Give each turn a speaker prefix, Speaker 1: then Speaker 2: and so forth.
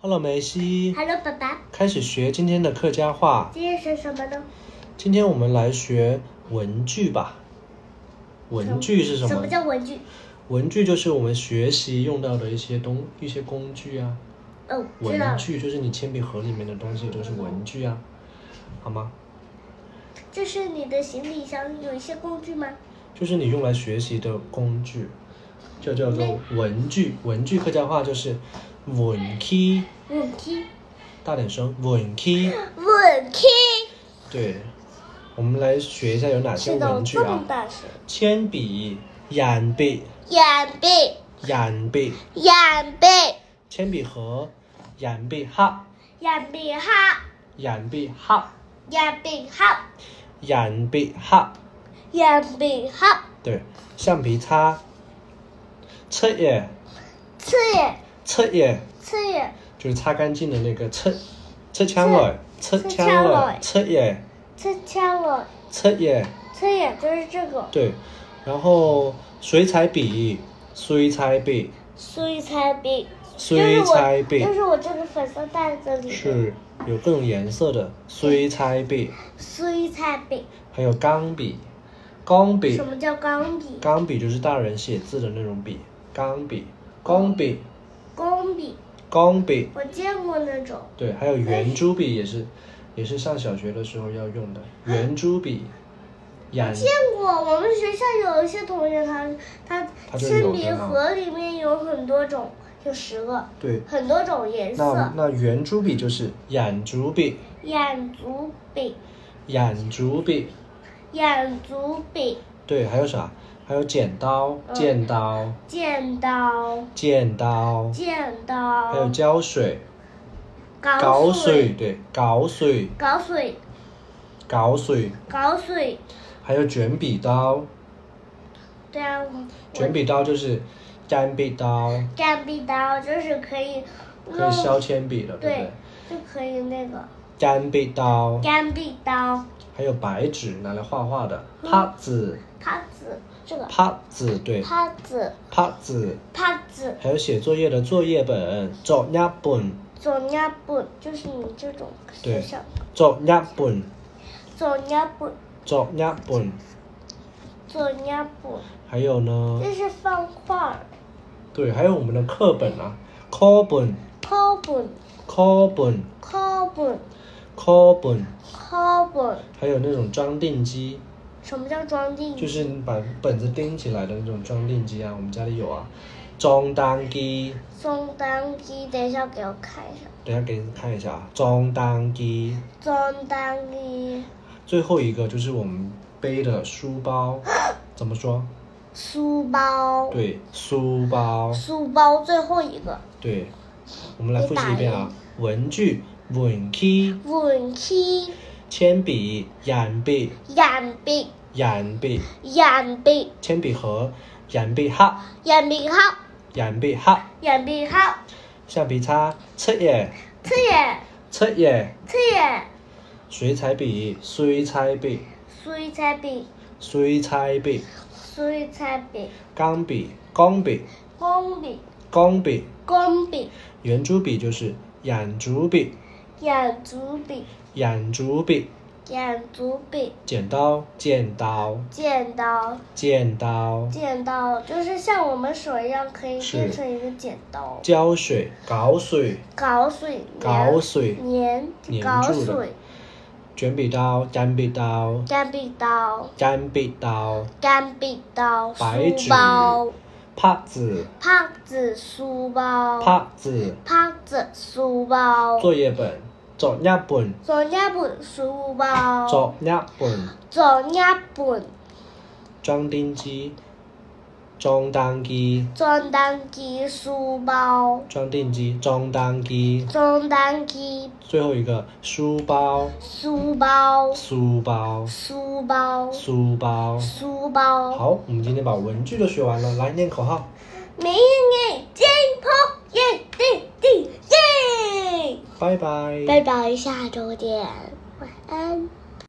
Speaker 1: Hello，梅西，
Speaker 2: Hello，爸爸，
Speaker 1: 开始学今天的客家话。
Speaker 2: 今天学什么呢？
Speaker 1: 今天我们来学文具吧。文具是什
Speaker 2: 什
Speaker 1: 么
Speaker 2: 么？叫文具？
Speaker 1: 文具就是我们学习用到的一些东一些工具啊。
Speaker 2: 哦，知道
Speaker 1: 文
Speaker 2: 了。
Speaker 1: 具就是你铅笔盒里面的东西，就是文具啊，好吗？
Speaker 2: 这是你的行李箱有一些工具吗？
Speaker 1: 就是你用来学习的工具，就叫做文具。文具客家话就是文具，
Speaker 2: 文具，
Speaker 1: 大点声，文具。
Speaker 2: 文具。
Speaker 1: 对，我们来学一下有哪些
Speaker 2: 是的，我
Speaker 1: 文具
Speaker 2: 这么
Speaker 1: 啊？
Speaker 2: 大声。
Speaker 1: 铅笔、眼笔、
Speaker 2: 眼笔，
Speaker 1: 眼笔、
Speaker 2: 眼笔，
Speaker 1: 铅笔盒、眼笔盒、
Speaker 2: 眼笔盒，
Speaker 1: 眼笔盒、
Speaker 2: 眼笔盒，
Speaker 1: 眼笔盒。
Speaker 2: 眼笔盒，
Speaker 1: 对，橡皮擦、擦耶、
Speaker 2: 刺眼，
Speaker 1: 擦耶，
Speaker 2: 刺眼，
Speaker 1: 就是擦干净的那个擦，擦枪了，擦枪了，擦耶、
Speaker 2: 刺枪了，
Speaker 1: 擦耶，
Speaker 2: 刺眼就是这个
Speaker 1: 对。然后水彩笔、水彩笔、
Speaker 2: 水彩笔，就是
Speaker 1: 水彩
Speaker 2: 我，
Speaker 1: 笔
Speaker 2: 就是我这个粉色袋子里的
Speaker 1: 是有各种颜色的水彩笔，
Speaker 2: 水彩笔。
Speaker 1: 还有钢笔、钢笔
Speaker 2: 什、么叫钢笔？
Speaker 1: 钢笔就是大人写字的那种笔，钢笔、钢笔、
Speaker 2: 钢笔，
Speaker 1: 钢笔。
Speaker 2: 我见过那种。
Speaker 1: 对，还有
Speaker 2: 哎
Speaker 1: 圆珠笔也是，也是上小学的时候要用的圆珠笔，眼
Speaker 2: 见过，我们学校有一些同学他，他
Speaker 1: 他就有啊
Speaker 2: 铅笔
Speaker 1: 的嘛
Speaker 2: 盒里面有很多种，有十个，
Speaker 1: 对，
Speaker 2: 很多种颜
Speaker 1: 那
Speaker 2: 色。
Speaker 1: 那圆珠笔就是眼珠笔，
Speaker 2: 眼足笔、
Speaker 1: 眼珠笔，
Speaker 2: 眼足笔、
Speaker 1: 对，还有啥？还有剪刀，
Speaker 2: 嗯
Speaker 1: 剪刀，
Speaker 2: 剪刀、
Speaker 1: 剪刀，
Speaker 2: 剪
Speaker 1: 还有
Speaker 2: 刀、
Speaker 1: 胶水，
Speaker 2: 搞
Speaker 1: 搞
Speaker 2: 水、
Speaker 1: 对，搞水，
Speaker 2: 搞水、
Speaker 1: 搞水，
Speaker 2: 搞水，
Speaker 1: 还有卷笔刀，
Speaker 2: 对啊，我
Speaker 1: 卷笔刀就是干笔刀，
Speaker 2: 干笔刀就是可以
Speaker 1: 可以
Speaker 2: 弄，
Speaker 1: 削铅笔的，对不
Speaker 2: 对
Speaker 1: 对？，
Speaker 2: 就可以那个
Speaker 1: 干笔刀，
Speaker 2: 干笔刀、
Speaker 1: 还有白纸拿来画画的，帕子。
Speaker 2: 帕子，这个
Speaker 1: 帕子对，
Speaker 2: 帕子、
Speaker 1: 帕子，
Speaker 2: 帕子。
Speaker 1: 还有写作业的作业本，作业本，
Speaker 2: 总要本就是你这种学校，
Speaker 1: 作业本，
Speaker 2: 总要本，
Speaker 1: 作业本。
Speaker 2: 总要本，
Speaker 1: 还有呢，
Speaker 2: 这是放画儿，
Speaker 1: 对，还有我们的课本啊，课本，
Speaker 2: 课本，
Speaker 1: 课本，
Speaker 2: 课本，
Speaker 1: 课本，
Speaker 2: 课本。
Speaker 1: 还有那种装订机，
Speaker 2: 什么叫装订？
Speaker 1: 就是把本子钉起来的那种装订机啊，我们家里有啊。装订机，
Speaker 2: 装订机，等一下给我看一下。
Speaker 1: 等一下给你看一下啊，装订机。
Speaker 2: 装订机，
Speaker 1: 最后一个就是我们背的书包，怎么说？
Speaker 2: 书包，
Speaker 1: 对，书包。
Speaker 2: 书包最后一个
Speaker 1: 对，我们来复习一遍啊。文具、文具、
Speaker 2: 文具，
Speaker 1: 铅笔、眼笔、
Speaker 2: 眼笔，
Speaker 1: 眼笔、
Speaker 2: 眼笔，
Speaker 1: 铅笔盒、眼笔盒、
Speaker 2: 眼笔盒，
Speaker 1: 眼笔盒、
Speaker 2: 眼笔盒，
Speaker 1: 橡皮擦、测验、
Speaker 2: 测验，
Speaker 1: 测验、
Speaker 2: 测验，
Speaker 1: 水彩笔、水彩笔、
Speaker 2: 水彩笔，
Speaker 1: 水彩笔、
Speaker 2: 水彩笔。
Speaker 1: 钢笔、钢笔、
Speaker 2: 钢笔、
Speaker 1: 钢笔、
Speaker 2: 钢笔、
Speaker 1: 圆珠笔就是眼珠笔、
Speaker 2: 眼珠笔、
Speaker 1: 眼珠笔、
Speaker 2: 眼珠笔、
Speaker 1: 剪刀、剪刀、
Speaker 2: 剪刀、
Speaker 1: 剪刀、
Speaker 2: 剪刀，就是像我们手一样，可以
Speaker 1: 是
Speaker 2: 变成一个剪刀。
Speaker 1: 胶水、搞水、
Speaker 2: 搞水
Speaker 1: 搞水。
Speaker 2: 粘
Speaker 1: 粘
Speaker 2: 搞
Speaker 1: 住的
Speaker 2: 水，
Speaker 1: 卷笔刀、干笔刀、
Speaker 2: 干笔刀、
Speaker 1: 干笔刀、
Speaker 2: 干笔刀、书
Speaker 1: 白纸
Speaker 2: 包、
Speaker 1: 帕子、
Speaker 2: 帕子、书包、
Speaker 1: 帕子、
Speaker 2: 帕子、书包、
Speaker 1: 作业本、作业本、
Speaker 2: 作业本、书包、
Speaker 1: 作业本、
Speaker 2: 作业本、
Speaker 1: 装订机、装订机、
Speaker 2: 装订机、书包、
Speaker 1: 装订机、装订机。
Speaker 2: 装订机。
Speaker 1: 最后一个书包、
Speaker 2: 书包，
Speaker 1: 书包、
Speaker 2: 书包，
Speaker 1: 书包。
Speaker 2: 书包。
Speaker 1: 好，我们今天把文具都学完了，来念口号。
Speaker 2: 明日金鹏耶地地耶！
Speaker 1: 拜拜。
Speaker 2: 拜拜，下周见，晚安。